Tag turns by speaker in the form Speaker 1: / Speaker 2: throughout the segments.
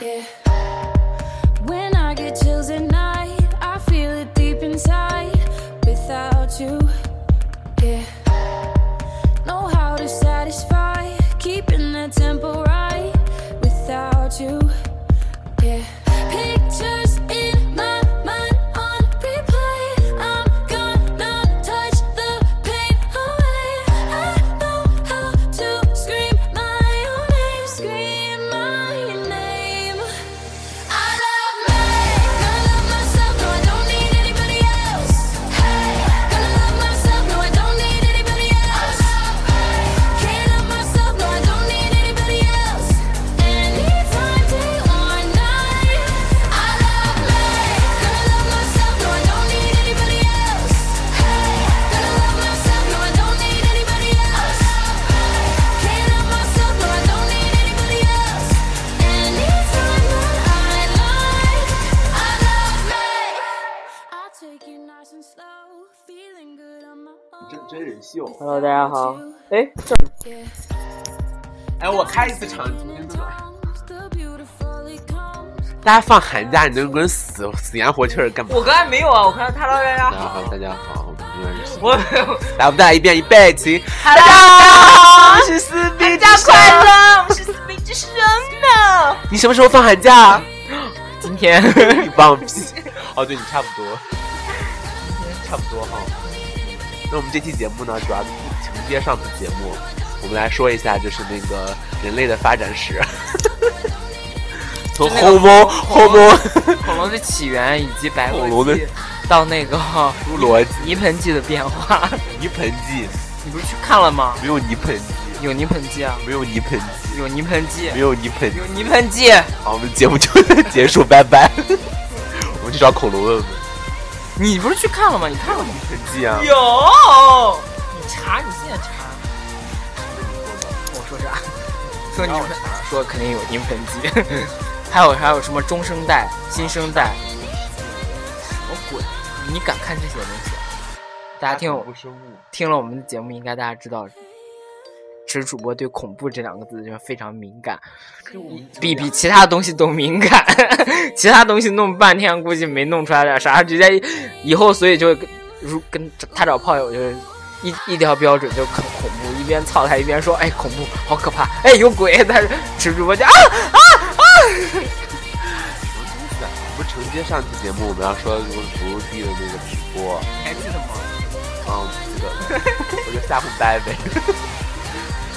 Speaker 1: Yeah. When I get chills at night, I feel it deep inside. Without you, yeah. Know how to satisfy, keeping that tempo right. Without you, yeah. Pictures in my mind on replay. I'm gonna touch the pain away. I know how to scream my own name, scream my name. I love me, gonna love myself, no I don't need anybody else. Hey, gonna love myself, no I don't need anybody else. Can't love myself, no I don't need anybody else. Anytime, day or night. I love me, gonna love myself, no I don't need anybody else. Hey, gonna love myself, no I don't need anybody else. Can't love myself, no I don't need anybody else. Anytime that I like, I love me. I take it nice and slow, feeling good on my
Speaker 2: 真真人秀。
Speaker 3: Hello，大家好。哎，这
Speaker 2: 哎，我开一次场，重新弄。大家放寒假，你能跟人死死羊活气儿干嘛？
Speaker 3: 我刚才没有啊，我看到 Hello，大家
Speaker 2: 大家
Speaker 3: 好
Speaker 2: 好，。大家好，我们这边是
Speaker 3: 我没有。
Speaker 2: 来，我们再来一遍，预备起！
Speaker 3: Hello，
Speaker 2: 我
Speaker 3: 大
Speaker 2: 们是啊撕逼
Speaker 3: 家
Speaker 2: 之
Speaker 3: 快
Speaker 2: 声。
Speaker 3: 乐，我们是四名之声呢。
Speaker 2: 你什么时候放寒假？
Speaker 3: 今天
Speaker 2: 你放屁！哦，对你差不多，差不多哈。那我们这期节目呢，主要承接上次节目，我们来说一下就是那个人类的发展 史，从
Speaker 3: 就那个
Speaker 2: Homo
Speaker 3: 恐龙
Speaker 2: Homo
Speaker 3: 恐龙的起源以及白
Speaker 2: 恐龙
Speaker 3: 垩
Speaker 2: 的
Speaker 3: 纪到那个
Speaker 2: 侏罗纪
Speaker 3: 泥盆纪的变化，
Speaker 2: 泥盆纪，
Speaker 3: 你不是去看了吗？
Speaker 2: 没有泥盆纪，
Speaker 3: 有泥盆纪啊，
Speaker 2: 没有泥 盆纪，
Speaker 3: 有泥盆纪，
Speaker 2: 没有泥盆纪。
Speaker 3: 有泥盆纪。
Speaker 2: 好，我们节目就结束，拜拜。 我们去找恐龙问问
Speaker 3: 你不是去看了吗？你看了吗？
Speaker 2: 泥盆纪啊。
Speaker 3: 有，你查，你现在查。我说啥？说你们说肯定有银盆肌， 还有还有什么中生代、新生代，什么鬼？你敢看这些东西？大家听我
Speaker 2: 恐怖生物，
Speaker 3: 听了我们的节目，应该大家知道，其实主播对“恐怖”这两个字就是非常敏感，比比其他东西都敏感。 其他东西弄半天，估计没弄出来点啥，直接以后所以就跟如跟他找炮友就是一一条标准，就恐恐怖，一边操他一边说，哎，恐怖，好可怕，哎，有鬼。但是吃主播就啊啊啊！
Speaker 2: 我们承接上期节目，我们要说就是服务地的那个直播，
Speaker 3: 你还记得吗？
Speaker 2: 嗯，这个我就瞎胡掰呗。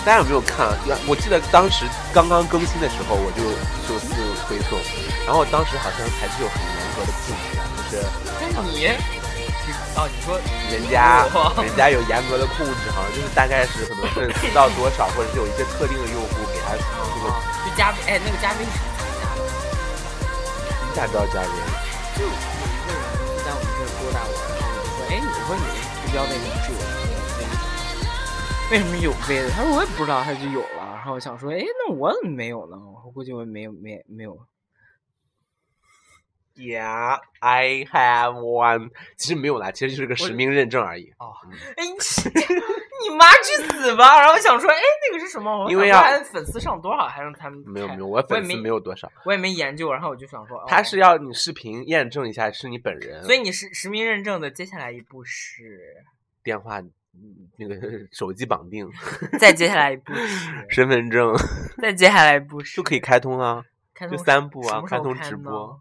Speaker 2: 大家有没有看？我记得当时刚刚更新的时候，我就就就推送，然后当时好像还是有很严格的控制，就是
Speaker 3: 但是你，你哦，你说
Speaker 2: 人家
Speaker 3: 哇
Speaker 2: 人家有严格的控制，好像就是大概是可能粉丝到多少，或者是有一些特定的用户给他这个
Speaker 3: 就嘉宾，哎，那个嘉宾是谁加的？
Speaker 2: 你咋知道加人？
Speaker 3: 就有哎一个人在我们这儿勾搭我，然后我说，哎，你说你标那个是有那个 V 的，为什么有 V 的？他说我也不知道，他就有了。然后我想说，哎，那我怎么没有呢？我说估计我没有，没没 有。
Speaker 2: Yeah, I have one。其实没有啦，其实就是个实名认证而已。
Speaker 3: 哎，你你妈去死吧！然后我想说，哎，那个是什么？我
Speaker 2: 因为
Speaker 3: 想说
Speaker 2: 啊
Speaker 3: 还粉丝上多少，还让他们
Speaker 2: 没有
Speaker 3: 看
Speaker 2: 没有，我粉
Speaker 3: 我
Speaker 2: 丝
Speaker 3: 也没
Speaker 2: 没有多少。
Speaker 3: 我也没研究。然后我就想说，哦
Speaker 2: 他是要你视频验证一下是你本人，
Speaker 3: 所以你是实名认证的，接下来一步是，
Speaker 2: 电话嗯那个手机绑定、
Speaker 3: 再接下来一步 是，
Speaker 2: 身份证
Speaker 3: 再接下来一步是
Speaker 2: 就可以开通了。
Speaker 3: 开
Speaker 2: 就
Speaker 3: 通
Speaker 2: 三步
Speaker 3: 什
Speaker 2: 啊，
Speaker 3: 么时
Speaker 2: 开
Speaker 3: 候
Speaker 2: 通
Speaker 3: 开
Speaker 2: 直
Speaker 3: 呢
Speaker 2: 播。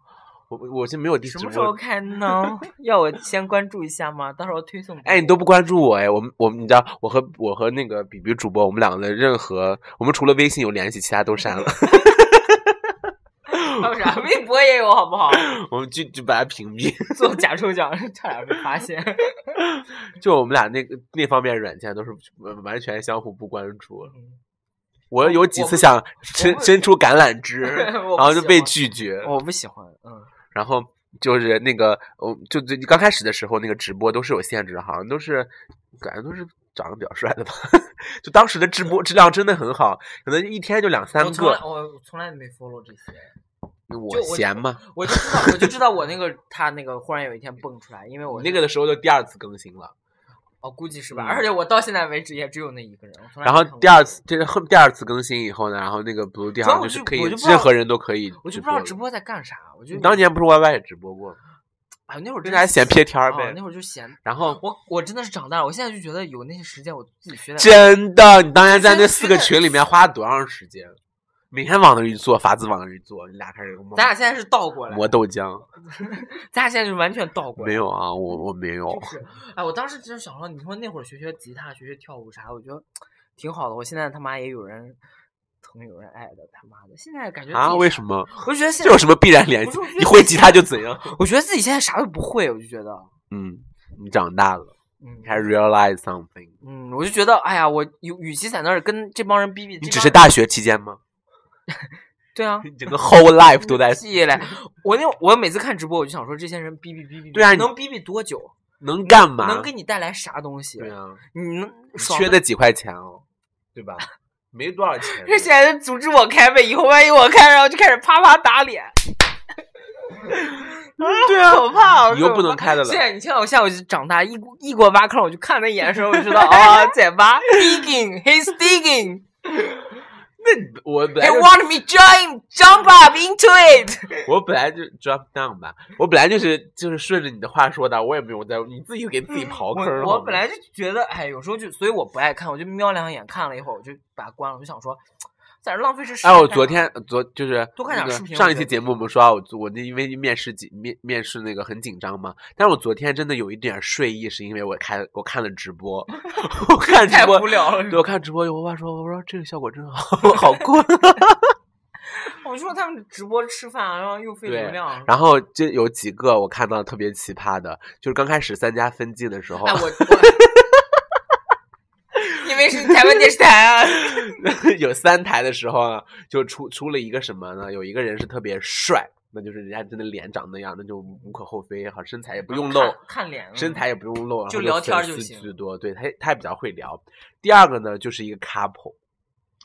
Speaker 2: 我我是没有第
Speaker 3: 什
Speaker 2: 直
Speaker 3: 么时候
Speaker 2: 播。
Speaker 3: 开呢？ 要我先关注一下吗？到时候推送给
Speaker 2: 哎，
Speaker 3: 我
Speaker 2: 你都不关注我哎！我们我们你知道，我和我和那个比比主播，我们两个的任何，我们除了微信有联系，其他都删 了。
Speaker 3: 还有啥？微博也有好不好？
Speaker 2: 我们就就把他屏蔽。
Speaker 3: 做假抽奖， 差点被发现。
Speaker 2: 就我们俩那个那方面软件都是呃完全相互不关注
Speaker 3: 嗯。
Speaker 2: 我有几
Speaker 3: 哦我
Speaker 2: 次
Speaker 3: 不
Speaker 2: 想伸
Speaker 3: 不
Speaker 2: 伸出橄榄枝，然
Speaker 3: 我不
Speaker 2: 后就
Speaker 3: 喜
Speaker 2: 被
Speaker 3: 欢
Speaker 2: 拒绝。
Speaker 3: 我不喜欢，嗯，
Speaker 2: 然后就是那个，我就最刚开始的时候，那个直播都是有限制的，好像都是感觉都是长得比较帅的吧。 就当时的直播质量真的很好，可能一天就两三
Speaker 3: 我从来
Speaker 2: 个。
Speaker 3: 我从来没 follow 这些，
Speaker 2: 我闲嘛，
Speaker 3: 我就知道，我就知道我那个他那个忽然有一天蹦出来，因为我
Speaker 2: 我那个的时候就第二次更新了。
Speaker 3: 我估计是吧。
Speaker 2: 嗯
Speaker 3: 而且我到现在为止也只有那一个人。我从来
Speaker 2: 然后
Speaker 3: 没看过
Speaker 2: 第二次，这是后第二次更新以后呢，然后那个 Blue 地
Speaker 3: 主要
Speaker 2: 好
Speaker 3: 我
Speaker 2: 像就
Speaker 3: 就是
Speaker 2: 可以
Speaker 3: 我就不知道
Speaker 2: 任何人都可以
Speaker 3: 我就
Speaker 2: 直
Speaker 3: 不知道
Speaker 2: 播
Speaker 3: 直
Speaker 2: 了。
Speaker 3: 播在干啥，我就
Speaker 2: 你当年不是 YY 也直播过吗？
Speaker 3: 啊那会儿
Speaker 2: 那
Speaker 3: 真
Speaker 2: 还
Speaker 3: 的
Speaker 2: 闲
Speaker 3: 闲
Speaker 2: 贴天儿
Speaker 3: 啊
Speaker 2: 呗
Speaker 3: 那。会儿就闲。
Speaker 2: 然后
Speaker 3: 我我真的是长大了，我现在就觉得有那些时间我自己学点。
Speaker 2: 真的，你当年在
Speaker 3: 真
Speaker 2: 那
Speaker 3: 的
Speaker 2: 四个群里面花了多长时间？每天往那儿一坐，法子往那儿一坐，你俩开始
Speaker 3: 咱俩现在是倒过来，
Speaker 2: 磨豆浆。
Speaker 3: 咱俩现在是完全倒过来。
Speaker 2: 没有啊，我我没有。
Speaker 3: 是，哎，我当时就是想说，你说那会儿学学吉他、学学跳舞啥，我觉得挺好的。我现在他妈也有人疼，有人爱的，他妈的，现在感觉
Speaker 2: 啊？为
Speaker 3: 么？
Speaker 2: 什么？
Speaker 3: 我就觉得
Speaker 2: 这
Speaker 3: 现在
Speaker 2: 有，什么必然联系
Speaker 3: 不是我觉？得
Speaker 2: 你会吉他就怎样？
Speaker 3: 我觉得自己现在啥都不会，我就觉得，
Speaker 2: 嗯，你长大了，
Speaker 3: 嗯
Speaker 2: 你，还 realize something。
Speaker 3: 嗯，我就觉得，哎呀，我与与其在那儿跟这帮人逼逼，
Speaker 2: 你只
Speaker 3: 这帮
Speaker 2: 是大学期间 吗？
Speaker 3: 对啊，嗯
Speaker 2: 你整个 whole life 都在
Speaker 3: 屁嘞！我那我每次看直播，我就想说，这些人逼逼逼逼，
Speaker 2: 对啊你
Speaker 3: 能逼逼多久？
Speaker 2: 能干嘛？
Speaker 3: 能给你带来啥东西？
Speaker 2: 对啊，
Speaker 3: 你能
Speaker 2: 你
Speaker 3: 爽
Speaker 2: 缺
Speaker 3: 的。
Speaker 2: 那几块钱哦，对吧？没多少钱
Speaker 3: 这现在阻止我开呗，以后万一我开，然后就开始啪啪打脸。对啊，我怕，我
Speaker 2: 以后
Speaker 3: 怕
Speaker 2: 不能开的了
Speaker 3: 现在你像我下午就长大，一锅一锅挖坑，我就看他眼神，我就知 道哦，在挖，digging，he's digging。
Speaker 2: 那我本
Speaker 3: He
Speaker 2: 来就
Speaker 3: want me join, jump up into it。
Speaker 2: 我本来就 drop down 吧，我本来就是就是顺着你的话说的，我也没有在你自己给自己刨坑儿
Speaker 3: 嗯我
Speaker 2: 好
Speaker 3: 我
Speaker 2: 吗
Speaker 3: 本来就觉得，哎，有时候就，所以我不爱看，我就瞄两眼，看了一会儿，我就把它关了，我就想说，在这浪费这时间啊
Speaker 2: 哎，
Speaker 3: 干啥。
Speaker 2: 我昨天昨就是
Speaker 3: 多看
Speaker 2: 那
Speaker 3: 点
Speaker 2: 个
Speaker 3: 视频我
Speaker 2: 上一
Speaker 3: 觉
Speaker 2: 期
Speaker 3: 得
Speaker 2: 节目我们说啊，我我那因为面试紧面面试那个很紧张嘛，但是我昨天真的有一点睡意，是因为我看我看了直 播，我看直
Speaker 3: 太
Speaker 2: 播
Speaker 3: 无。聊了，
Speaker 2: 对，我看直播以后，我爸说：“我说这个效果真好，好啊过。
Speaker 3: 我就说他们直播吃饭，啊然后又费
Speaker 2: 对
Speaker 3: 流量”。
Speaker 2: 然后就有几个我看到特别奇葩的，就是刚开始三家分晋的时候
Speaker 3: 哎，， 我我，因为是台湾电视台啊，
Speaker 2: 有三台的时候啊，就出出了一个什么呢？有一个人是特别帅，那就是人家真的脸长那样，那就无可厚非，好身材也不用露，
Speaker 3: 看看脸了，
Speaker 2: 身材也不用露，然后
Speaker 3: 就聊天儿
Speaker 2: 粉
Speaker 3: 就
Speaker 2: 丝
Speaker 3: 行
Speaker 2: 居多。对他也，他也比较会聊。第二个呢，就是一个 couple，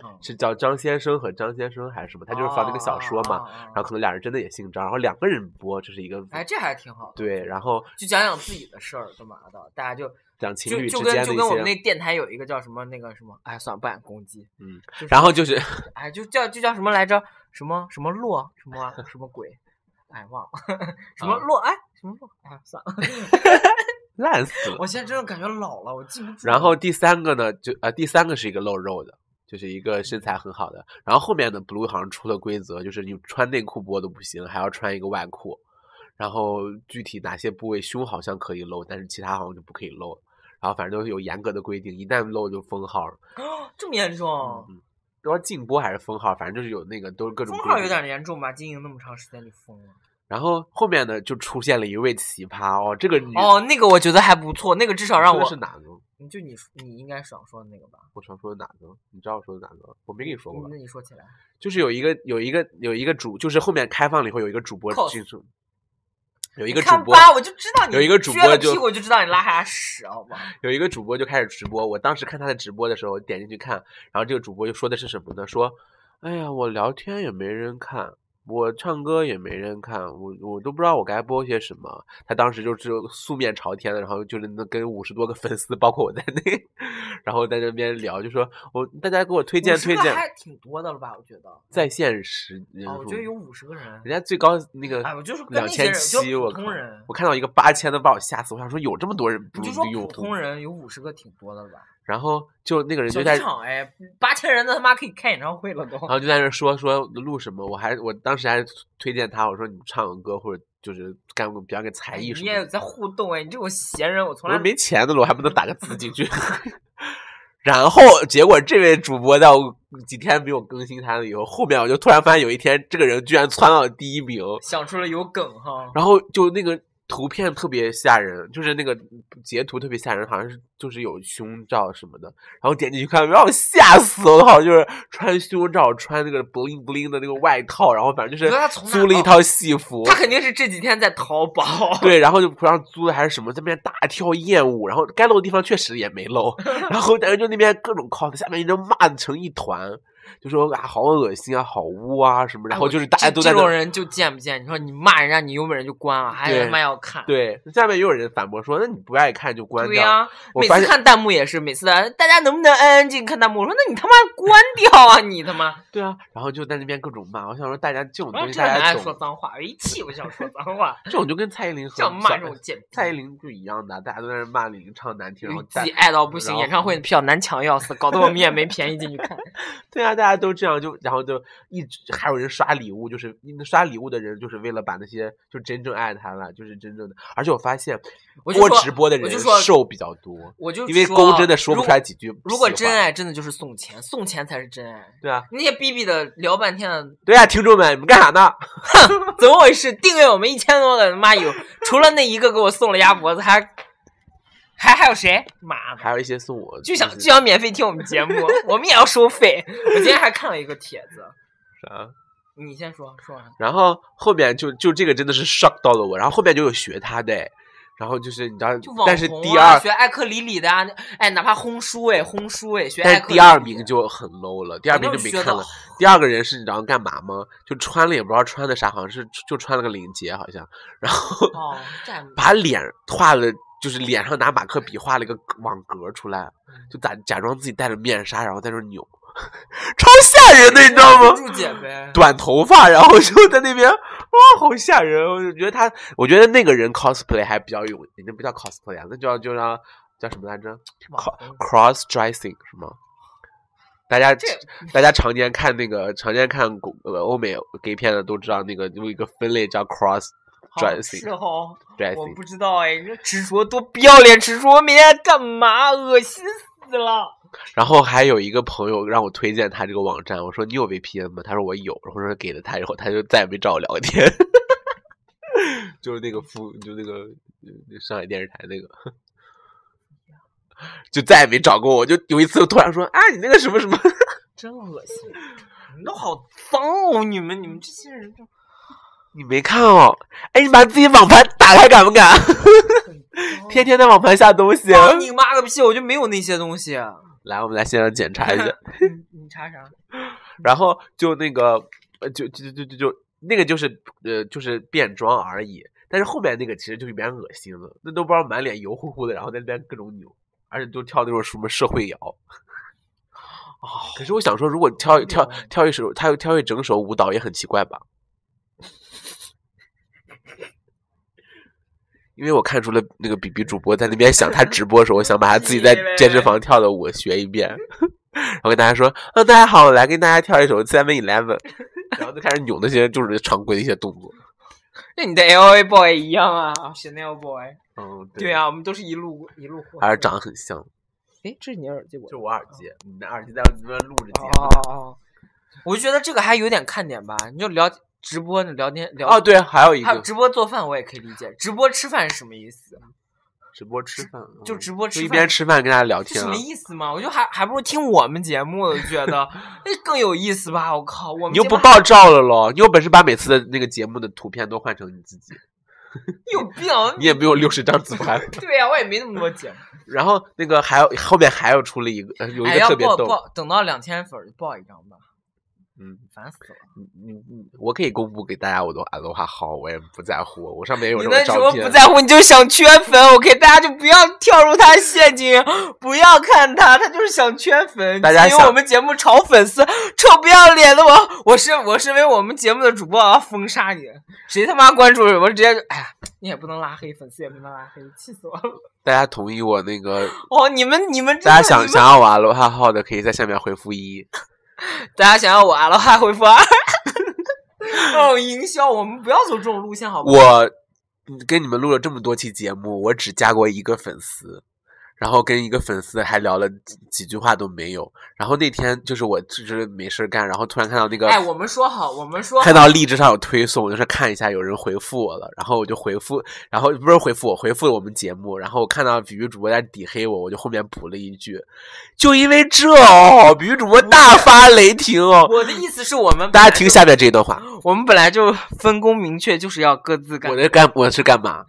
Speaker 3: 嗯
Speaker 2: 是叫张先生和张先生还是什么？他就是放那个小说嘛，
Speaker 3: 啊啊啊啊
Speaker 2: 然后可能俩人真的也姓张，然后两个人播，这是一个
Speaker 3: 哎，这还挺好的，
Speaker 2: 对，然后
Speaker 3: 就讲讲自己的事儿，干嘛的？大家就
Speaker 2: 讲情
Speaker 3: 就
Speaker 2: 侣之
Speaker 3: 就
Speaker 2: 间的
Speaker 3: 跟就
Speaker 2: 一
Speaker 3: 跟我
Speaker 2: 些
Speaker 3: 们那电台有一个叫什么那个什么，哎，算了，不敢攻击，
Speaker 2: 嗯
Speaker 3: 就是，
Speaker 2: 然后就是
Speaker 3: 哎，就叫就叫什么来着？什么什么洛什么啊什么鬼？哎，忘了 什么
Speaker 2: 啊
Speaker 3: 洛哎什么洛哎，算了，
Speaker 2: 烂死了
Speaker 3: 我。现在真的感觉老了，我记不住了。
Speaker 2: 然后第三个呢，就呃第三个是一个露肉的，就是一个身材很好的。然后后面的 Blue 好像出了规则，就是你穿内裤播都不行，还要穿一个外裤。然后具体哪些部位胸好像可以露，但是其他好像就不可以露。然后反正都有严格的规定，一旦露就封号了。
Speaker 3: 哦这么严重，
Speaker 2: 嗯，不知道禁播还是封号，反正就是有那个都是各种
Speaker 3: 封
Speaker 2: 规
Speaker 3: 号
Speaker 2: 定。
Speaker 3: 有点严重吧？经营那么长时间就封了。
Speaker 2: 然后后面呢，就出现了一位奇葩哦，这个女
Speaker 3: 哦，，那个我觉得还不错，那个至少
Speaker 2: 你
Speaker 3: 让
Speaker 2: 说
Speaker 3: 我
Speaker 2: 的是哪个？
Speaker 3: 你就你说你应该想说的那个吧？嗯
Speaker 2: 我想说的哪个？你知道我说的哪个？我没跟你说过吧
Speaker 3: 那？你说起来，
Speaker 2: 就是有一个有一个有一个主，就是后面开放了以后有一个主播
Speaker 3: Cos
Speaker 2: 进入，有
Speaker 3: 有
Speaker 2: 一个主
Speaker 3: 看
Speaker 2: 播
Speaker 3: 吧，我就知道你
Speaker 2: 有一个主
Speaker 3: 撅
Speaker 2: 播
Speaker 3: 了
Speaker 2: 就
Speaker 3: 屁股就知道你拉啥屎，好吧？
Speaker 2: 有一个主播就开始直播。我当时看他的直播的时候，我点进去看，然后这个主播就说的是什么呢？说，哎呀，我聊天也没人看。我唱歌也没人看，我我都不知道我该播些什么。他当时就是素面朝天的，然后就是那跟五十多个粉丝，包括我在内， 然后在这边聊，就说我大家给我推荐
Speaker 3: 50
Speaker 2: 推
Speaker 3: 个
Speaker 2: 荐
Speaker 3: 还挺多的了吧？我觉得，
Speaker 2: 在线时人数。
Speaker 3: 啊，我觉得有五十个人。
Speaker 2: 人家最高那个
Speaker 3: 哎，我就是跟
Speaker 2: 两
Speaker 3: 那些
Speaker 2: 千
Speaker 3: 人，就
Speaker 2: 七，我
Speaker 3: 普
Speaker 2: 靠
Speaker 3: 通人！，
Speaker 2: 我看到一个八千的，把我吓死。我想说，有这么多人
Speaker 3: 你就
Speaker 2: Blue
Speaker 3: 说
Speaker 2: 的用
Speaker 3: 普
Speaker 2: 户
Speaker 3: 通？人有五十个挺多的了吧？
Speaker 2: 然后就那个人
Speaker 3: 小
Speaker 2: 就
Speaker 3: 剧
Speaker 2: 在，
Speaker 3: 场哎，八千人的他妈可以开演唱会了都。
Speaker 2: 然后就在那说说录什么。我还我当时还推荐他，我说你唱个歌或者就是干个表演个才
Speaker 3: 哎
Speaker 2: 艺什
Speaker 3: 你
Speaker 2: 么
Speaker 3: 也
Speaker 2: 的。
Speaker 3: 在互动哎，你这种闲人，我从
Speaker 2: 我
Speaker 3: 来
Speaker 2: 说没钱的了，我还不能打个字进 去。 然后结果这位主播到几天没有更新他了以后，后面我就突然发现有一天这个人居然窜到了第一名，
Speaker 3: 想出了有梗哈。
Speaker 2: 然后就那个图片特别吓人，就是那个截图特别吓人，好像是就是有胸罩什么的。然后点进去看，把我吓死了！我靠，就是穿胸罩，穿那个 bling bling 的那个外套，然后反正就
Speaker 3: 你说他
Speaker 2: 是
Speaker 3: 从哪哦
Speaker 2: 租了一
Speaker 3: 弄
Speaker 2: 套戏服。
Speaker 3: 他肯定是这几天在淘宝。
Speaker 2: 对，然后就不让租的还是什么，在那边大跳艳舞，然后 该露的地方确实也没露，然后但是就那边各种 cos，下面人就骂成一团，就说啊好恶心啊，好污啊什么， 然后就是大家都在
Speaker 3: 哎这
Speaker 2: 那
Speaker 3: 种人就见不见？你说你骂人家，你有本事就关啊，还
Speaker 2: 对
Speaker 3: 他妈要看？
Speaker 2: 对，下面也有人反驳说，那你不爱看就关
Speaker 3: 对
Speaker 2: 掉。
Speaker 3: 呀、
Speaker 2: 我
Speaker 3: 每
Speaker 2: 发
Speaker 3: 次
Speaker 2: 现
Speaker 3: 看弹幕也是，每次的大家能不能安安静静看弹幕？我说那你他妈关掉啊！你他妈，
Speaker 2: 对啊，然后就在那边各种骂。我想说，大家这种
Speaker 3: 我要
Speaker 2: 东西
Speaker 3: 真啊的很
Speaker 2: 大家
Speaker 3: 爱说
Speaker 2: 懂，，
Speaker 3: 脏话，我一气我想说脏话
Speaker 2: 这种就跟蔡依林和
Speaker 3: 想骂嗯
Speaker 2: 小
Speaker 3: 这种贱逼。
Speaker 2: 蔡依林就一样的，大家都在那骂李唱难听，然后
Speaker 3: 自
Speaker 2: 大
Speaker 3: 己爱到不行
Speaker 2: 然，后
Speaker 3: 演唱会的票难抢要死，搞得我们也没便宜进去看。
Speaker 2: 对啊，大家都这样就，然后就一直还有人刷礼物，就是那刷礼物的人，就是为了把那些就真正爱他了，就是真正的。而且我发现
Speaker 3: 我就
Speaker 2: 播
Speaker 3: 说
Speaker 2: 直播的
Speaker 3: 我
Speaker 2: 人
Speaker 3: 就说
Speaker 2: 瘦比较多，
Speaker 3: 我就
Speaker 2: 因为
Speaker 3: 说
Speaker 2: 勾真的说不出来几句
Speaker 3: 如果。如果
Speaker 2: 喜
Speaker 3: 真
Speaker 2: 欢
Speaker 3: 爱，真的就是送钱，送钱才是真爱。
Speaker 2: 对啊，
Speaker 3: 那些逼逼的聊半天的，
Speaker 2: 对啊，听众们，你们干啥呢？
Speaker 3: 怎么回事？订阅我们一千多个，他妈 有，除了那一个给我送了鸭脖子，还还还有谁？妈的！
Speaker 2: 还有一些送我，
Speaker 3: 就想就是想免费听我 们节目，我们也要收费。我今天还看了一个帖子，
Speaker 2: 啥。
Speaker 3: 你先说说完。
Speaker 2: 然后后面就就这个真的是 shock 到了我，然后后面就有学他的哎，然后就是你知道，
Speaker 3: 就网红、啊、
Speaker 2: 但是第二
Speaker 3: 学艾克里里的、啊，哎，哪怕烘书哎，烘书哎，学
Speaker 2: 但
Speaker 3: 艾
Speaker 2: 是
Speaker 3: 克里里
Speaker 2: 第二名就很 low 了，第二名就没
Speaker 3: 哎学
Speaker 2: 看
Speaker 3: 的
Speaker 2: 了。第二个人是你知道干嘛吗？就穿了也不知道穿的啥，好像是就穿了个领结，好像，然 后
Speaker 3: 哦，这样
Speaker 2: 把脸画了，就是脸上拿马克笔画了一个网格出来，
Speaker 3: 嗯
Speaker 2: 就假假装自己戴着面纱，然后在这扭， 超吓人的，你知道吗？
Speaker 3: 住姐 呗，
Speaker 2: 短头发，然后就在那边，哇，好吓人！我就觉得他，我觉得那个人 cosplay 还比较有，那不叫 cosplay 啊，那叫就叫叫什么来着
Speaker 3: 网红
Speaker 2: ？cross dressing 是吗？大家
Speaker 3: 这
Speaker 2: 大家常年看那个常年看古呃欧美 gay 片的都知道那个有一个分类叫 cross
Speaker 3: 好是
Speaker 2: dressing
Speaker 3: 哦，我
Speaker 2: dressing，
Speaker 3: 不知道哎，这执着多不要脸，执着明天干嘛？恶心死了！
Speaker 2: 然后还有一个朋友让我推荐他这个网站，我说你有 VPN 吗？他说我有，然后说给了他以后，他就再也没找我聊天。 就是那个副，就那个呃上海电视台那个，就再也没找过我。就有一次突然说啊，你那个什么什么，
Speaker 3: 真恶心，你们都好脏哦！你们你们这些人都
Speaker 2: 你没看哦？哎，你把自己网盘打开敢不敢？ 天天在网盘下东西。
Speaker 3: 放你妈个屁！我就没有那些东西。啊
Speaker 2: 来，我们来现场检 查一下。
Speaker 3: 你你查啥？
Speaker 2: 然后就那个，呃，就就就就就那个就是呃，就是变装而已。但是后面那个其实就有点恶心了，那都不知道满脸油乎乎的，然后在那边各种扭，而且都跳那种什么社会摇。
Speaker 3: 哦，
Speaker 2: 可是我想说，如果跳跳
Speaker 3: 哎呦
Speaker 2: 跳一首，他跳一整首舞蹈也很奇怪吧？因为我看出了那个比比主播在那边想他直播的时候，我想把他自己在健身房跳的舞学一遍， 然后跟大家说：“啊，大家好，我来跟大家跳一首 Seven Eleven。”然后就开始扭那些就是常规的一些动作。
Speaker 3: 那你的 L A boy 一样啊，选 L boy。
Speaker 2: 嗯，
Speaker 3: 对。啊，我们都是一路一路货。
Speaker 2: 还是长得很像，啊
Speaker 3: 哎，这是你的耳机我。
Speaker 2: 就我耳机，你的耳机在我这边录着节
Speaker 3: 哦
Speaker 2: 目。
Speaker 3: 哦哦，我就觉得这个还有点看点吧。你就聊直播，你聊天聊
Speaker 2: 哦，，对，还有一
Speaker 3: 还有
Speaker 2: 个
Speaker 3: 直播做饭，我也可以理解。直播吃饭是什么意思？
Speaker 2: 直播吃饭，
Speaker 3: 就
Speaker 2: 嗯
Speaker 3: 直播吃
Speaker 2: 就一
Speaker 3: 饭
Speaker 2: 边吃饭跟大家聊
Speaker 3: 这
Speaker 2: 天
Speaker 3: 什
Speaker 2: 啊
Speaker 3: 么。意思嘛？我就还还不如听我们节目，我觉 得那更有意思吧。我靠，我们
Speaker 2: 你又
Speaker 3: 节
Speaker 2: 不
Speaker 3: 目
Speaker 2: 爆照了咯？你有本事把每次的那个节目的图片都换成你自己，
Speaker 3: 有病。
Speaker 2: 你也没有六十张自拍。
Speaker 3: 对呀、我也没那么多节目。
Speaker 2: 然后那个还有后面还有出了一个，呃有一
Speaker 3: 哎，
Speaker 2: 个
Speaker 3: 要
Speaker 2: 特别
Speaker 3: 爆
Speaker 2: 逗，
Speaker 3: 爆，等到两千粉儿就爆一张吧，
Speaker 2: 嗯，
Speaker 3: 烦死了。
Speaker 2: 你你你我可以公布给大家我的阿罗哈号，我也不在乎，我上面有
Speaker 3: 你
Speaker 2: 这
Speaker 3: 为
Speaker 2: 种
Speaker 3: 什么
Speaker 2: 照
Speaker 3: 不
Speaker 2: 片。
Speaker 3: 在乎？你就是想圈粉，OK？大家就不要跳入他的陷阱，不要看他，他就是想圈粉，
Speaker 2: 大家
Speaker 3: 因为
Speaker 2: 想
Speaker 3: 我们节目炒粉丝，臭不要脸的我，我是我是为我们节目的主播啊封杀你，谁他妈关注我直接就，哎呀，你也不能拉黑，粉丝也不能拉黑，气死我了！
Speaker 2: 大家同意我那 个，
Speaker 3: 哦，你们你们真的
Speaker 2: 大家想
Speaker 3: 你们
Speaker 2: 想要我阿罗哈号的，可以在下面回复一。
Speaker 3: 大家想要我阿罗汉回复二， 哦，营销，我们不要走这种路线，好不好？
Speaker 2: 我跟你们录了这么多期节目，我只加过一个粉丝，然后跟一个粉丝还聊了几几句话都没有。然后那天就是我就是没事干，然后突然看到那个
Speaker 3: 哎，我们说好，我们说好
Speaker 2: 看到荔枝上有推送，我就是看一下有人回复我了，然后我就回复，然后不是回复我，回复了我们节目，然后我看到比喻主播在底黑我，我就后面补了一句，就因为这哦，比喻主播大发雷霆哦，
Speaker 3: 我的意思是我们
Speaker 2: 大家
Speaker 3: 本来
Speaker 2: 听
Speaker 3: 就
Speaker 2: 下面这一段话，
Speaker 3: 我们本来就分工明确，就是要各自干
Speaker 2: 我。在干我是干嘛？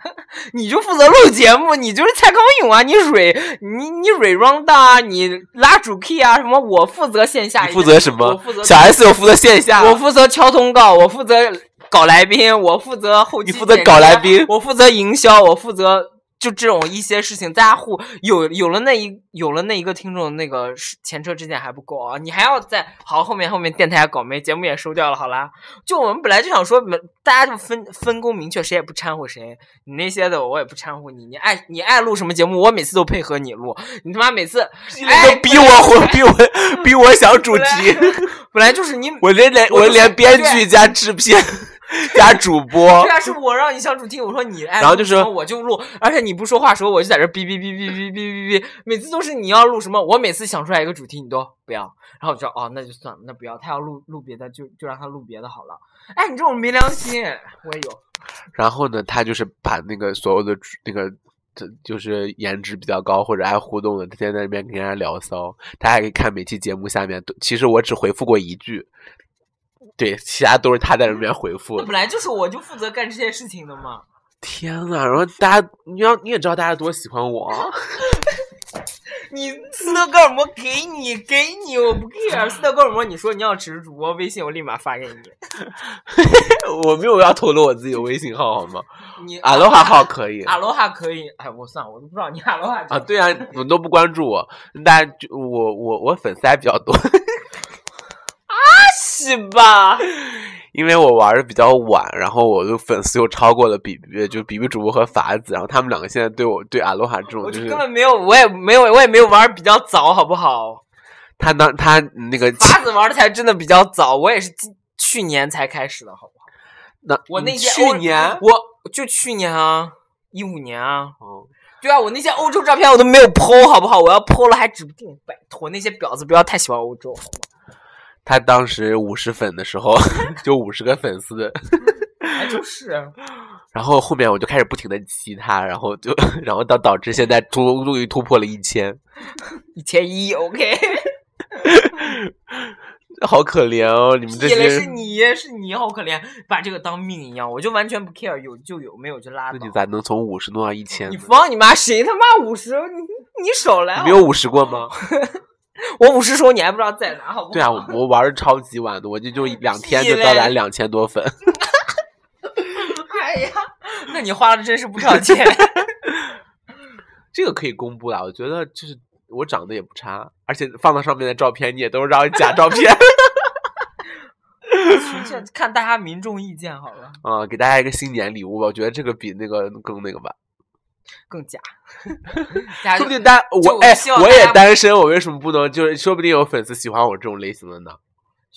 Speaker 3: 你就负责录节目，你就是蔡康永啊，你水你你 rerun 的啊，你拉主 key 啊，什么我负责线下，
Speaker 2: 你负责什
Speaker 3: 我
Speaker 2: 么
Speaker 3: 负责？
Speaker 2: 小 S 又负责线下，
Speaker 3: 我负责敲通告，我负责搞来宾，我负责后期，
Speaker 2: 你负责搞来宾
Speaker 3: 我负责营销，我负责就这种一些事情，大家互有有了那一有了那一个听众，那个是前车之鉴还不够啊，你还要在好后面后面电台还搞没，节目也收掉了，好啦，就我们本来就想说，大家就分分工明确，谁也不掺和谁，你那些的我也不掺和你，你爱你爱录什么节目，我每次都配合你录，你他妈每次哎
Speaker 2: 你都逼我混， 逼我逼我想主
Speaker 3: 本来
Speaker 2: 题，
Speaker 3: 本来就是你
Speaker 2: 我连连
Speaker 3: 我
Speaker 2: 我
Speaker 3: 就
Speaker 2: 连
Speaker 3: 是
Speaker 2: 编剧加制 片加主播
Speaker 3: 对，啊，是我让你上主题，我说你哎爱录什么，
Speaker 2: 然后就说
Speaker 3: 我就录，而且你不说话的时候，我就在这哔哔哔哔哔哔哔哔，每次都是你要录什么，我每次想出来一个主题，你都不要，然后我就哦，那就算了，那不要，他要录录别的，就就让他录别的好了。哎，你这种没良心，我也有，
Speaker 2: 然后呢，他就是把那个所有的主那个。这就是颜值比较高或者爱互动的，他在那边跟人家聊骚，他还可以看每期节目下面都，其实我只回复过一句，对，其他都是他在那边回复
Speaker 3: 那。本来就是我就负责干这些事情的嘛。
Speaker 2: 天呐，然后大家，你要你也知道大家多喜欢我啊，
Speaker 3: 你斯德哥尔摩给你给你，我不 care。斯德哥尔摩，你说你要持主播微信，我立马发给你。
Speaker 2: 我没有要透露我自己的微信号好 吗？
Speaker 3: 你
Speaker 2: 阿罗哈号可以
Speaker 3: 阿罗哈可以，哎，我算了，我都不知道你阿罗哈
Speaker 2: 啊，对啊，你们都不关注我，大家就我我我粉丝还比较多，
Speaker 3: 是吧？
Speaker 2: 因为我玩的比较晚，然后我的粉丝又超过了比比，就比比主播和法子，然后他们两个现在对我对阿罗哈这种
Speaker 3: 我就
Speaker 2: 就是
Speaker 3: 根本没有，我也没有，我也没有玩儿比较早，好不好？
Speaker 2: 他当他那个
Speaker 3: 法子玩的才真的比较早，我也是今去年才开始的，好不好？
Speaker 2: 那
Speaker 3: 我那
Speaker 2: 你
Speaker 3: 些
Speaker 2: 嗯去
Speaker 3: 欧
Speaker 2: 年
Speaker 3: 我就去年啊，一五年啊，
Speaker 2: 哦
Speaker 3: 对啊，我那些欧洲照片我都没有剖，好不好？我要剖了还指不定，拜托那些婊子不要太喜欢欧洲，好吗？
Speaker 2: 他当时五十粉的时候 就五十个粉丝的，
Speaker 3: 哎，就是，
Speaker 2: 然后后面我就开始不停的激他，然后就 然后到导致现在突终于突破了一千，
Speaker 3: 一千一，OK，
Speaker 2: 好可怜哦，你们这
Speaker 3: 也来
Speaker 2: 些
Speaker 3: 是。你是你，好可怜，把这个当命一样，我就完全不 care，有就有，没有就拉
Speaker 2: 那
Speaker 3: 倒
Speaker 2: 你。咋能从五十弄到一千呢？
Speaker 3: 你放你妈，谁他妈五十？你你少来！
Speaker 2: 你没有五十过吗？
Speaker 3: 我五十时候你还不知道在哪，好不好？
Speaker 2: 对啊，我我玩的超级晚的，我就就两天就
Speaker 3: 屁嘞
Speaker 2: 到达两千多粉。
Speaker 3: 哎呀，那你花的真是不少 钱。
Speaker 2: 这个可以公布啦，我觉得就是我长得也不差，而且放到上面的照片你也都是张假照片
Speaker 3: 群现看大家民众意见好了，
Speaker 2: 啊、给大家一个新年礼物吧。我觉得这个比那个更那个吧，
Speaker 3: 更假。 大家
Speaker 2: 说不
Speaker 3: 就
Speaker 2: 定大家
Speaker 3: 就
Speaker 2: 我
Speaker 3: 我
Speaker 2: 哎
Speaker 3: 希望
Speaker 2: 我
Speaker 3: 大
Speaker 2: 也
Speaker 3: 家
Speaker 2: 单身，我为什么不能？就是说不定有粉丝喜欢我这种类型的呢。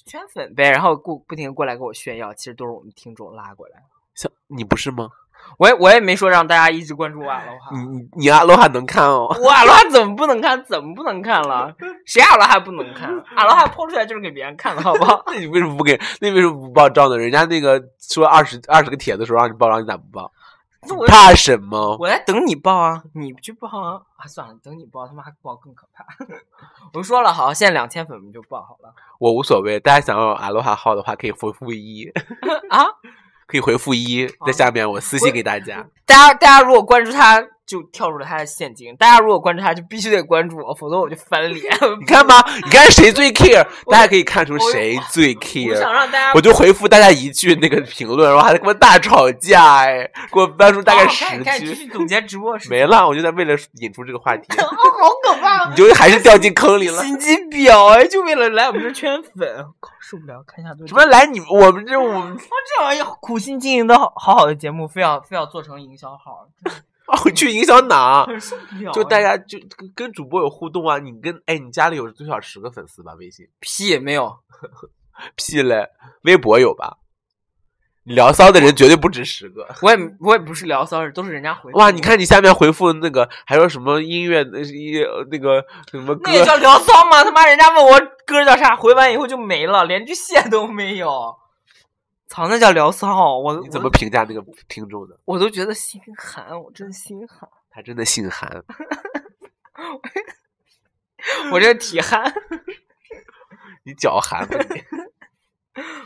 Speaker 3: 圈粉呗，然后过不停地过来给我炫耀，其实都是我们听众拉过来。
Speaker 2: 像你不是吗？
Speaker 3: 我也我也没说让大家一直关注我阿罗哈
Speaker 2: 你，你你阿罗哈能看哦。
Speaker 3: 我阿罗哈怎么不能看？怎么不能看了？谁阿罗哈不能看？阿罗哈抛出来就是给别人看的，好不好？
Speaker 2: 那你为什么不给？那你为什么不报照呢？人家那个说二十二十个帖子的时候让你报，让你咋不报？
Speaker 3: 那我
Speaker 2: 怕什么？
Speaker 3: 我在等你报啊，你去报啊！啊，算了，等你报，他妈报更可怕。 我说了，好，现在两千粉我们就报好了
Speaker 2: 我无所谓，大家想要阿罗哈号的话，可以回复一，
Speaker 3: 啊。
Speaker 2: 可以回复一，
Speaker 3: 哦
Speaker 2: 在下面我私信给大家。
Speaker 3: 大家大家如果关注他，就跳入了他的陷阱；大家如果关注他，就必须得关注我，否则我就翻 脸。
Speaker 2: 你看吧，你看谁最 care，
Speaker 3: 我
Speaker 2: 大家可以看出
Speaker 3: 我
Speaker 2: 谁最
Speaker 3: 我想
Speaker 2: care。
Speaker 3: 让大家
Speaker 2: 我就回复大家一句那个评论，然后还跟我大吵架，哎，给我搬出大概
Speaker 3: 好
Speaker 2: 十
Speaker 3: 开始开哦始继
Speaker 2: 句，
Speaker 3: 续总结直 播时间。
Speaker 2: 没了。我就在为了引出这个话 题，
Speaker 3: 哦，好可怕
Speaker 2: 你！就还是掉进坑里 了。
Speaker 3: 心机婊哎，就为了来我们这圈粉，靠，受不了！看一下多
Speaker 2: 什么来你我们这我 们
Speaker 3: 我这玩意儿苦心经营的好好好的节目，非要非要做成营销号，
Speaker 2: 哦去影响 哪？
Speaker 3: 很受不了哎。
Speaker 2: 就大家就跟跟主播有互动啊！你跟哎，你家里有最少十个粉丝吧？微信
Speaker 3: 屁没有，
Speaker 2: 屁嘞，微博有吧？你聊骚的人绝对不止十个。
Speaker 3: 我也我也不是聊骚人，都是人家回复
Speaker 2: 哇，
Speaker 3: 我
Speaker 2: 你看你下面回复那个，还有什么音乐那是一呃那个什么歌
Speaker 3: 那？也叫聊骚吗？他妈，人家问我歌叫啥，回完以后就没了，连句谢都没有。操，那叫聊骚！我
Speaker 2: 你怎么评价那个听众的？
Speaker 3: 我我都觉得心寒，我真的心 寒，
Speaker 2: 他真的姓韩，
Speaker 3: 我这体寒。
Speaker 2: 你脚 寒吧你？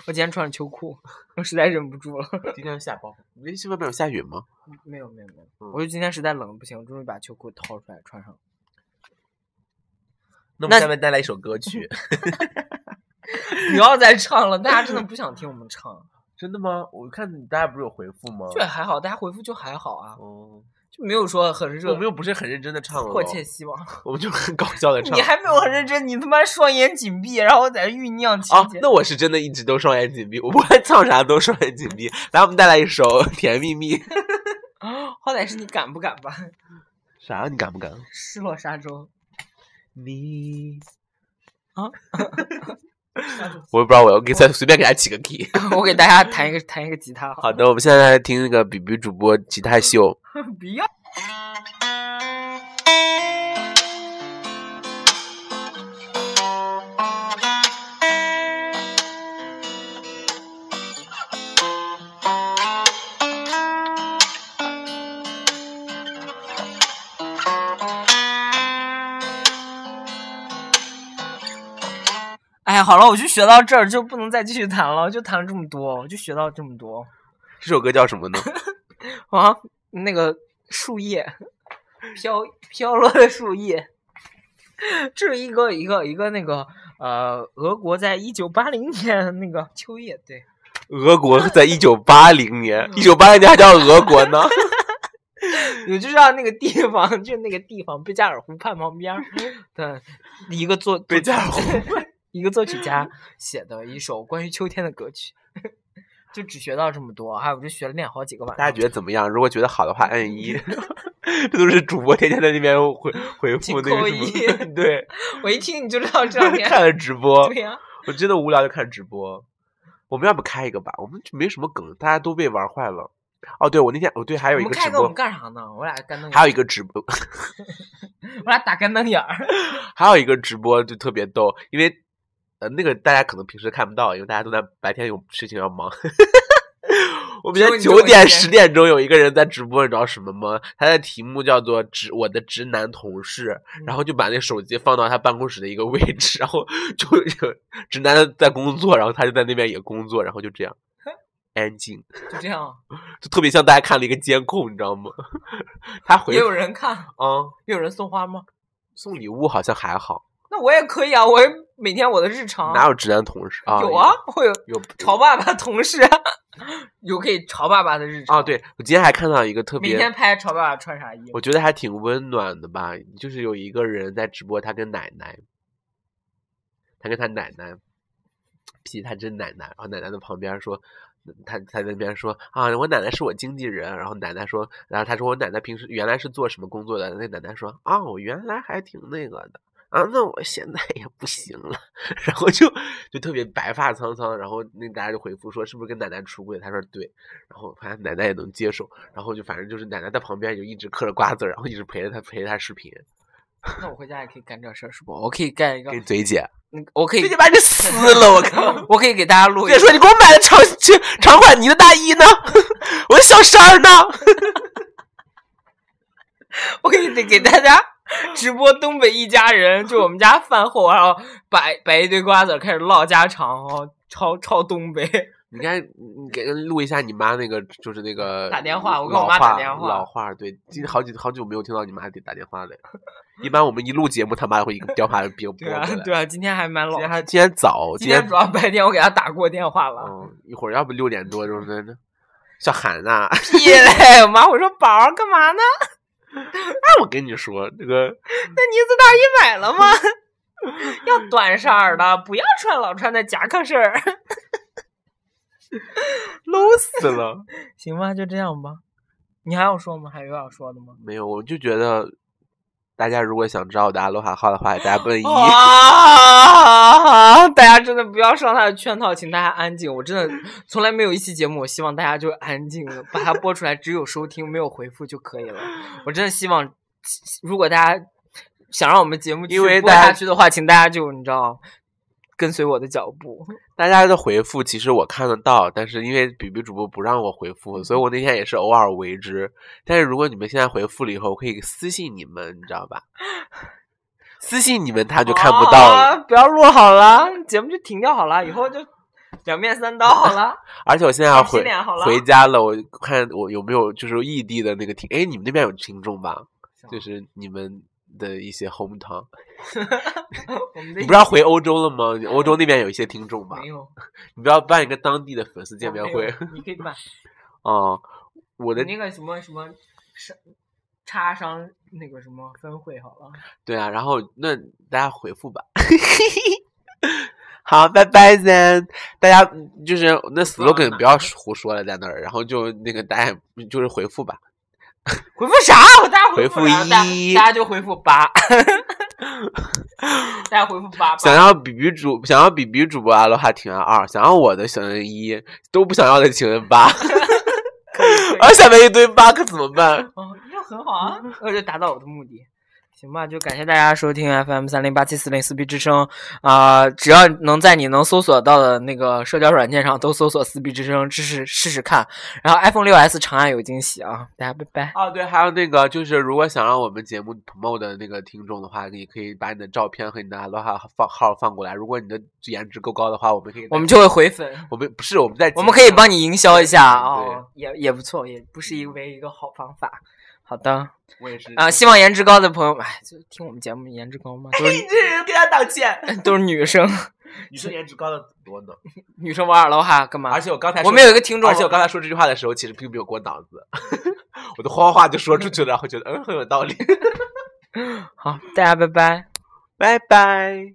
Speaker 3: 我今天穿着秋裤，我实在忍不住了。
Speaker 2: 今天下暴风，微信外面有下雨吗？
Speaker 3: 嗯没有没有没有，我就今天实在冷的不行，终于把秋裤掏出来穿上。
Speaker 2: 那我
Speaker 3: 那
Speaker 2: 们下面带来一首歌 曲，
Speaker 3: 不要再唱了，大家真的不想听我们 唱。
Speaker 2: 真的吗？我看大家不是有回复吗？
Speaker 3: 这还好，大家回复就还好啊，
Speaker 2: 哦，
Speaker 3: 就没有说很热
Speaker 2: 我们又不是很认真的唱了，
Speaker 3: 迫切，希望。
Speaker 2: 我们就很搞笑的唱。
Speaker 3: 你还没有很认真，你他妈双眼紧闭，然后在酝酿 情
Speaker 2: 啊
Speaker 3: 节。，
Speaker 2: 那我是真的一直都双眼紧闭，我不管唱啥都双眼紧闭。来，我们带来一首《甜蜜蜜》。
Speaker 3: 好歹是你敢不敢吧？
Speaker 2: 啥？你敢不敢？
Speaker 3: 失落沙洲，
Speaker 2: 你
Speaker 3: 啊，
Speaker 2: 我也不知道，我要给再随便给他起个 key。
Speaker 3: 我给大家弹一个弹一个吉他好。
Speaker 2: 好的，我们现在来听那个比比主播吉他秀。
Speaker 3: 不要。哎呀，好了，我就学到这儿，就不能再继续弹了，就弹了这么多，我就学到这么多。
Speaker 2: 这首歌叫什么呢？
Speaker 3: 啊，那个树叶飘飘落的树叶，这是一个一个一个那个呃，俄国在一九八零年那个秋叶，对，
Speaker 2: 俄国在一九八零年，一九八零年还叫俄国呢？
Speaker 3: 我就知道那个地方，就那个地方贝加尔湖畔旁 边儿，对，一个作
Speaker 2: 贝加尔湖
Speaker 3: 一个作曲家写的一首关于秋天的歌曲。就只学到这么多，还有我就学了练好几个晚上。
Speaker 2: 大家觉得怎么样？如果觉得好的话，按一。 这都是主播天天在那边回回复
Speaker 3: 请
Speaker 2: 那
Speaker 3: 扣
Speaker 2: 个什么， 对，
Speaker 3: 我一听你就知道这两 天，
Speaker 2: 看了直播
Speaker 3: 对，呀、
Speaker 2: 我真的无聊就看直播。我们要不开一个吧？我们就没什么梗，大家都被玩坏了。哦，对，我那天我对还有
Speaker 3: 我
Speaker 2: 一
Speaker 3: 们
Speaker 2: 个
Speaker 3: 开
Speaker 2: 直
Speaker 3: 个我
Speaker 2: 播
Speaker 3: 们，干啥呢？我俩干瞪眼，
Speaker 2: 还有一个直播，
Speaker 3: 我俩打干瞪眼儿。
Speaker 2: 还有一个直播就特别逗，因为呃那个大家可能平时看不到，因为大家都在白天有事情要忙。 我们今天
Speaker 3: 只有
Speaker 2: 九
Speaker 3: 你这么一
Speaker 2: 点
Speaker 3: 天
Speaker 2: 十点钟有一个人在直播，你知道什么吗？他的题目叫做“直我的直男同事”，
Speaker 3: 嗯
Speaker 2: 然后就把那手机放到他办公室的一个位置，然后就 直男在工作，然后他就在那边也工作，然后就这 样安静，
Speaker 3: 就这样，
Speaker 2: 就特别像大家看了一个监控，你知道吗？ 他 回
Speaker 3: 也有人看，
Speaker 2: 啊、
Speaker 3: 也有人送花吗？
Speaker 2: 送礼物好像还好，
Speaker 3: 那我也可以啊，我也每天我的日常
Speaker 2: 哪有直男同事啊？
Speaker 3: 哦有啊，会有
Speaker 2: 有
Speaker 3: 潮爸爸同事，有可以潮爸爸的日常
Speaker 2: 啊，，对，我今天还看到一个特
Speaker 3: 每天
Speaker 2: 别，
Speaker 3: 拍潮爸爸穿啥衣服
Speaker 2: 我，觉得还挺温暖的吧，就是有一个人在直播，他跟奶奶，他跟他奶奶，皮他真奶奶，然后奶奶的旁边说。他他在那边说啊，我奶奶是我经纪人，然后奶奶说，然后他说我奶奶平时原来是做什么工作的？那奶奶说啊，我原来还挺那个的啊，那我现在也不行了， 然后就就特别白发苍苍，然后那大家就回复说是不是跟奶奶出轨？他说对，然后发现奶奶也能接受，然后就反正就是奶奶在旁边就一直嗑着瓜子儿，然后一直陪着他陪着他视频，
Speaker 3: 那我回家也可以干这事儿，是不？我可以干一个
Speaker 2: 给，嘴姐，哎
Speaker 3: 那个我可以
Speaker 2: 嘴姐，啊把你撕了，我 靠！
Speaker 3: 我可以给大家录一
Speaker 2: 嘴姐说你给我买的长长长款呢的大衣呢， 我的小衫儿呢？
Speaker 3: 我可以得给大家直播东北一家人，就我们家饭后，然后摆摆一堆瓜子儿，开始唠家常，哦，超超东北。
Speaker 2: 你看，你给录一下你妈那个，就是那个
Speaker 3: 打电话我跟
Speaker 2: 老
Speaker 3: 我妈打
Speaker 2: 话
Speaker 3: 电话
Speaker 2: 老话儿对，今好几好久没有听到你妈给打电话了。一般我们一录节目，他妈会一个电话就拨拨
Speaker 3: 对
Speaker 2: 过来
Speaker 3: 啊。，对啊，今天还蛮老
Speaker 2: 今天还今天早，
Speaker 3: 今天主要白天我给他打过电话了。
Speaker 2: 嗯，一会儿要不六点多就是那小韩 呐、
Speaker 3: 屁嘞！我妈会说宝儿干嘛呢？
Speaker 2: 那我跟你说，这个
Speaker 3: 那呢子大衣买了吗？ 要短衫儿的，不要穿老穿的夹克式儿， 搂死！
Speaker 2: 死了。
Speaker 3: 行吧，就这样吧。你还要说吗？还有要说的吗？
Speaker 2: 没有，我就觉得大家如果想知道我的阿罗哈号的话，大家奔一。
Speaker 3: 哦啊！大家真的不要上他的圈套，请大家安静。我真的从来没有一期节目，我希望大家就安静，把它播出来，只有收听没有回复就可以了。 我真的希望，如果大家想让我们节目继续
Speaker 2: 因为
Speaker 3: 播
Speaker 2: 大家
Speaker 3: 下去的话，请大家就你知道。跟随我的脚步，
Speaker 2: 大家的回复其实我看得到，但是因为比比主播不让我回复，
Speaker 3: 嗯
Speaker 2: 所以我那天也是偶尔为之。但是如果你们现在回复了以后，我可以私信你们，你知道吧？私信你们他就看不到了。
Speaker 3: 啊不要录好了，节目就停掉好了，以后就两面三刀好 了。
Speaker 2: 而且我现在要
Speaker 3: 洗
Speaker 2: 回
Speaker 3: 脸好了
Speaker 2: 回家了，我看我有没有就是异地的那个听，哎，你们那边有听众吧？就是你们的一些 home town。
Speaker 3: 我们的
Speaker 2: 你不是要回欧洲了吗？你欧洲那边有一些听众吧
Speaker 3: 没？ 有
Speaker 2: 你不要办一个当地的粉丝见面，
Speaker 3: 我没
Speaker 2: 会
Speaker 3: 有 你可以办。
Speaker 2: 啊、我的
Speaker 3: 你那个什么什么商叉商那个什么分会好了，
Speaker 2: 对啊，然后那大家回复吧。 好，拜拜，then。大家嗯就是那 slogan 不要胡说了，在那儿，然后就那个大家就是回复吧。
Speaker 3: 回复啥？我大家
Speaker 2: 回
Speaker 3: 复
Speaker 2: 复
Speaker 3: 啥大
Speaker 2: 一
Speaker 3: 大家就回复八，大家回复 八
Speaker 2: 想
Speaker 3: 吧。
Speaker 2: 要比比主，想要比比主播啊阿罗哈情人二，想要我的情人一，都不想要的情人 八，
Speaker 3: 可以可以
Speaker 2: 啊，下面一堆八可怎么办？
Speaker 3: 哦，那很好 啊，那就达到我的目的。行吧，就感谢大家收听 FM 三零八七四零四 B 之声啊、只要能在你能搜索到的那个社交软件上都搜索四 B 之声，试试试试看。然后 iPhone 六 S 长按有惊喜啊，大家拜拜。
Speaker 2: 哦，对，还有那个就是，如果想让我们节目 promote 的那个听众的话，你可以把你的照片和你的阿罗哈放号放过来。如果你的颜值够高的话，我们可以
Speaker 3: 我们就会回粉。
Speaker 2: 我们不是我们在
Speaker 3: 我们可以帮
Speaker 2: 你。
Speaker 3: 你营销一下
Speaker 2: 对
Speaker 3: 哦，也也不错，也不是因为一个好方法。好的，啊、
Speaker 2: 我也是
Speaker 3: 希望颜值高的朋友们，哎，就听我们节目颜值高吗？都是
Speaker 2: 这人跟他道歉。
Speaker 3: 都是女生，
Speaker 2: 女生哎颜值高的很多呢，
Speaker 3: 女生玩耳楼哈干嘛？
Speaker 2: 而且啊我刚才
Speaker 3: 我
Speaker 2: 说
Speaker 3: 们有一个听众，
Speaker 2: 而且我刚才说这句话的时候，其实并没有过脑子， 我的慌话就说出去了，然后觉得嗯很有道理。
Speaker 3: 好，大家拜拜。
Speaker 2: 拜拜。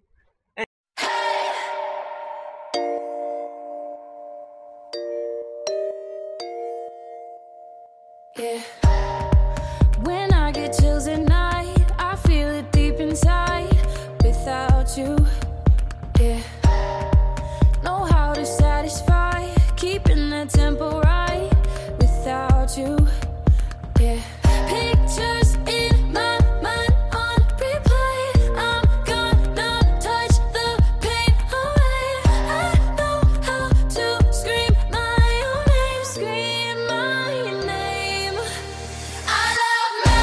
Speaker 1: Yeah. When I get chills at night, I feel it deep inside. Without you, yeah. Know how to satisfy, keeping the tempo right. Without you, yeah. Pictures in my mind on replay. I'm gonna touch the pain away. I know how to scream my own name, scream my name. I love me,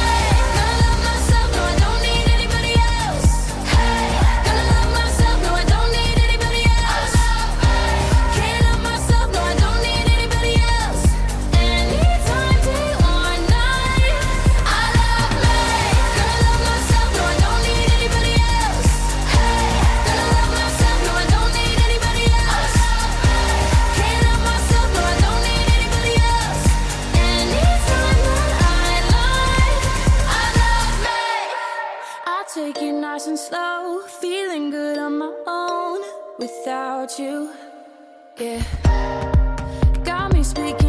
Speaker 1: gonna love myself, no, I don't need anybody else. Hey, gonna love myself, no, I don't need anybody else. Can't love myself, no, I don't need anybody else. Anytime, day or night, I love me, gonna love myself, no, I don't need anybody else. Hey, gonna love myself, no, I don't need anybody else. Can't love myself, no, I don't need anybody else. Anytime that I lie, I love me. I take it nice and slow, feeling good on my own without you. Yeah, got me speaking.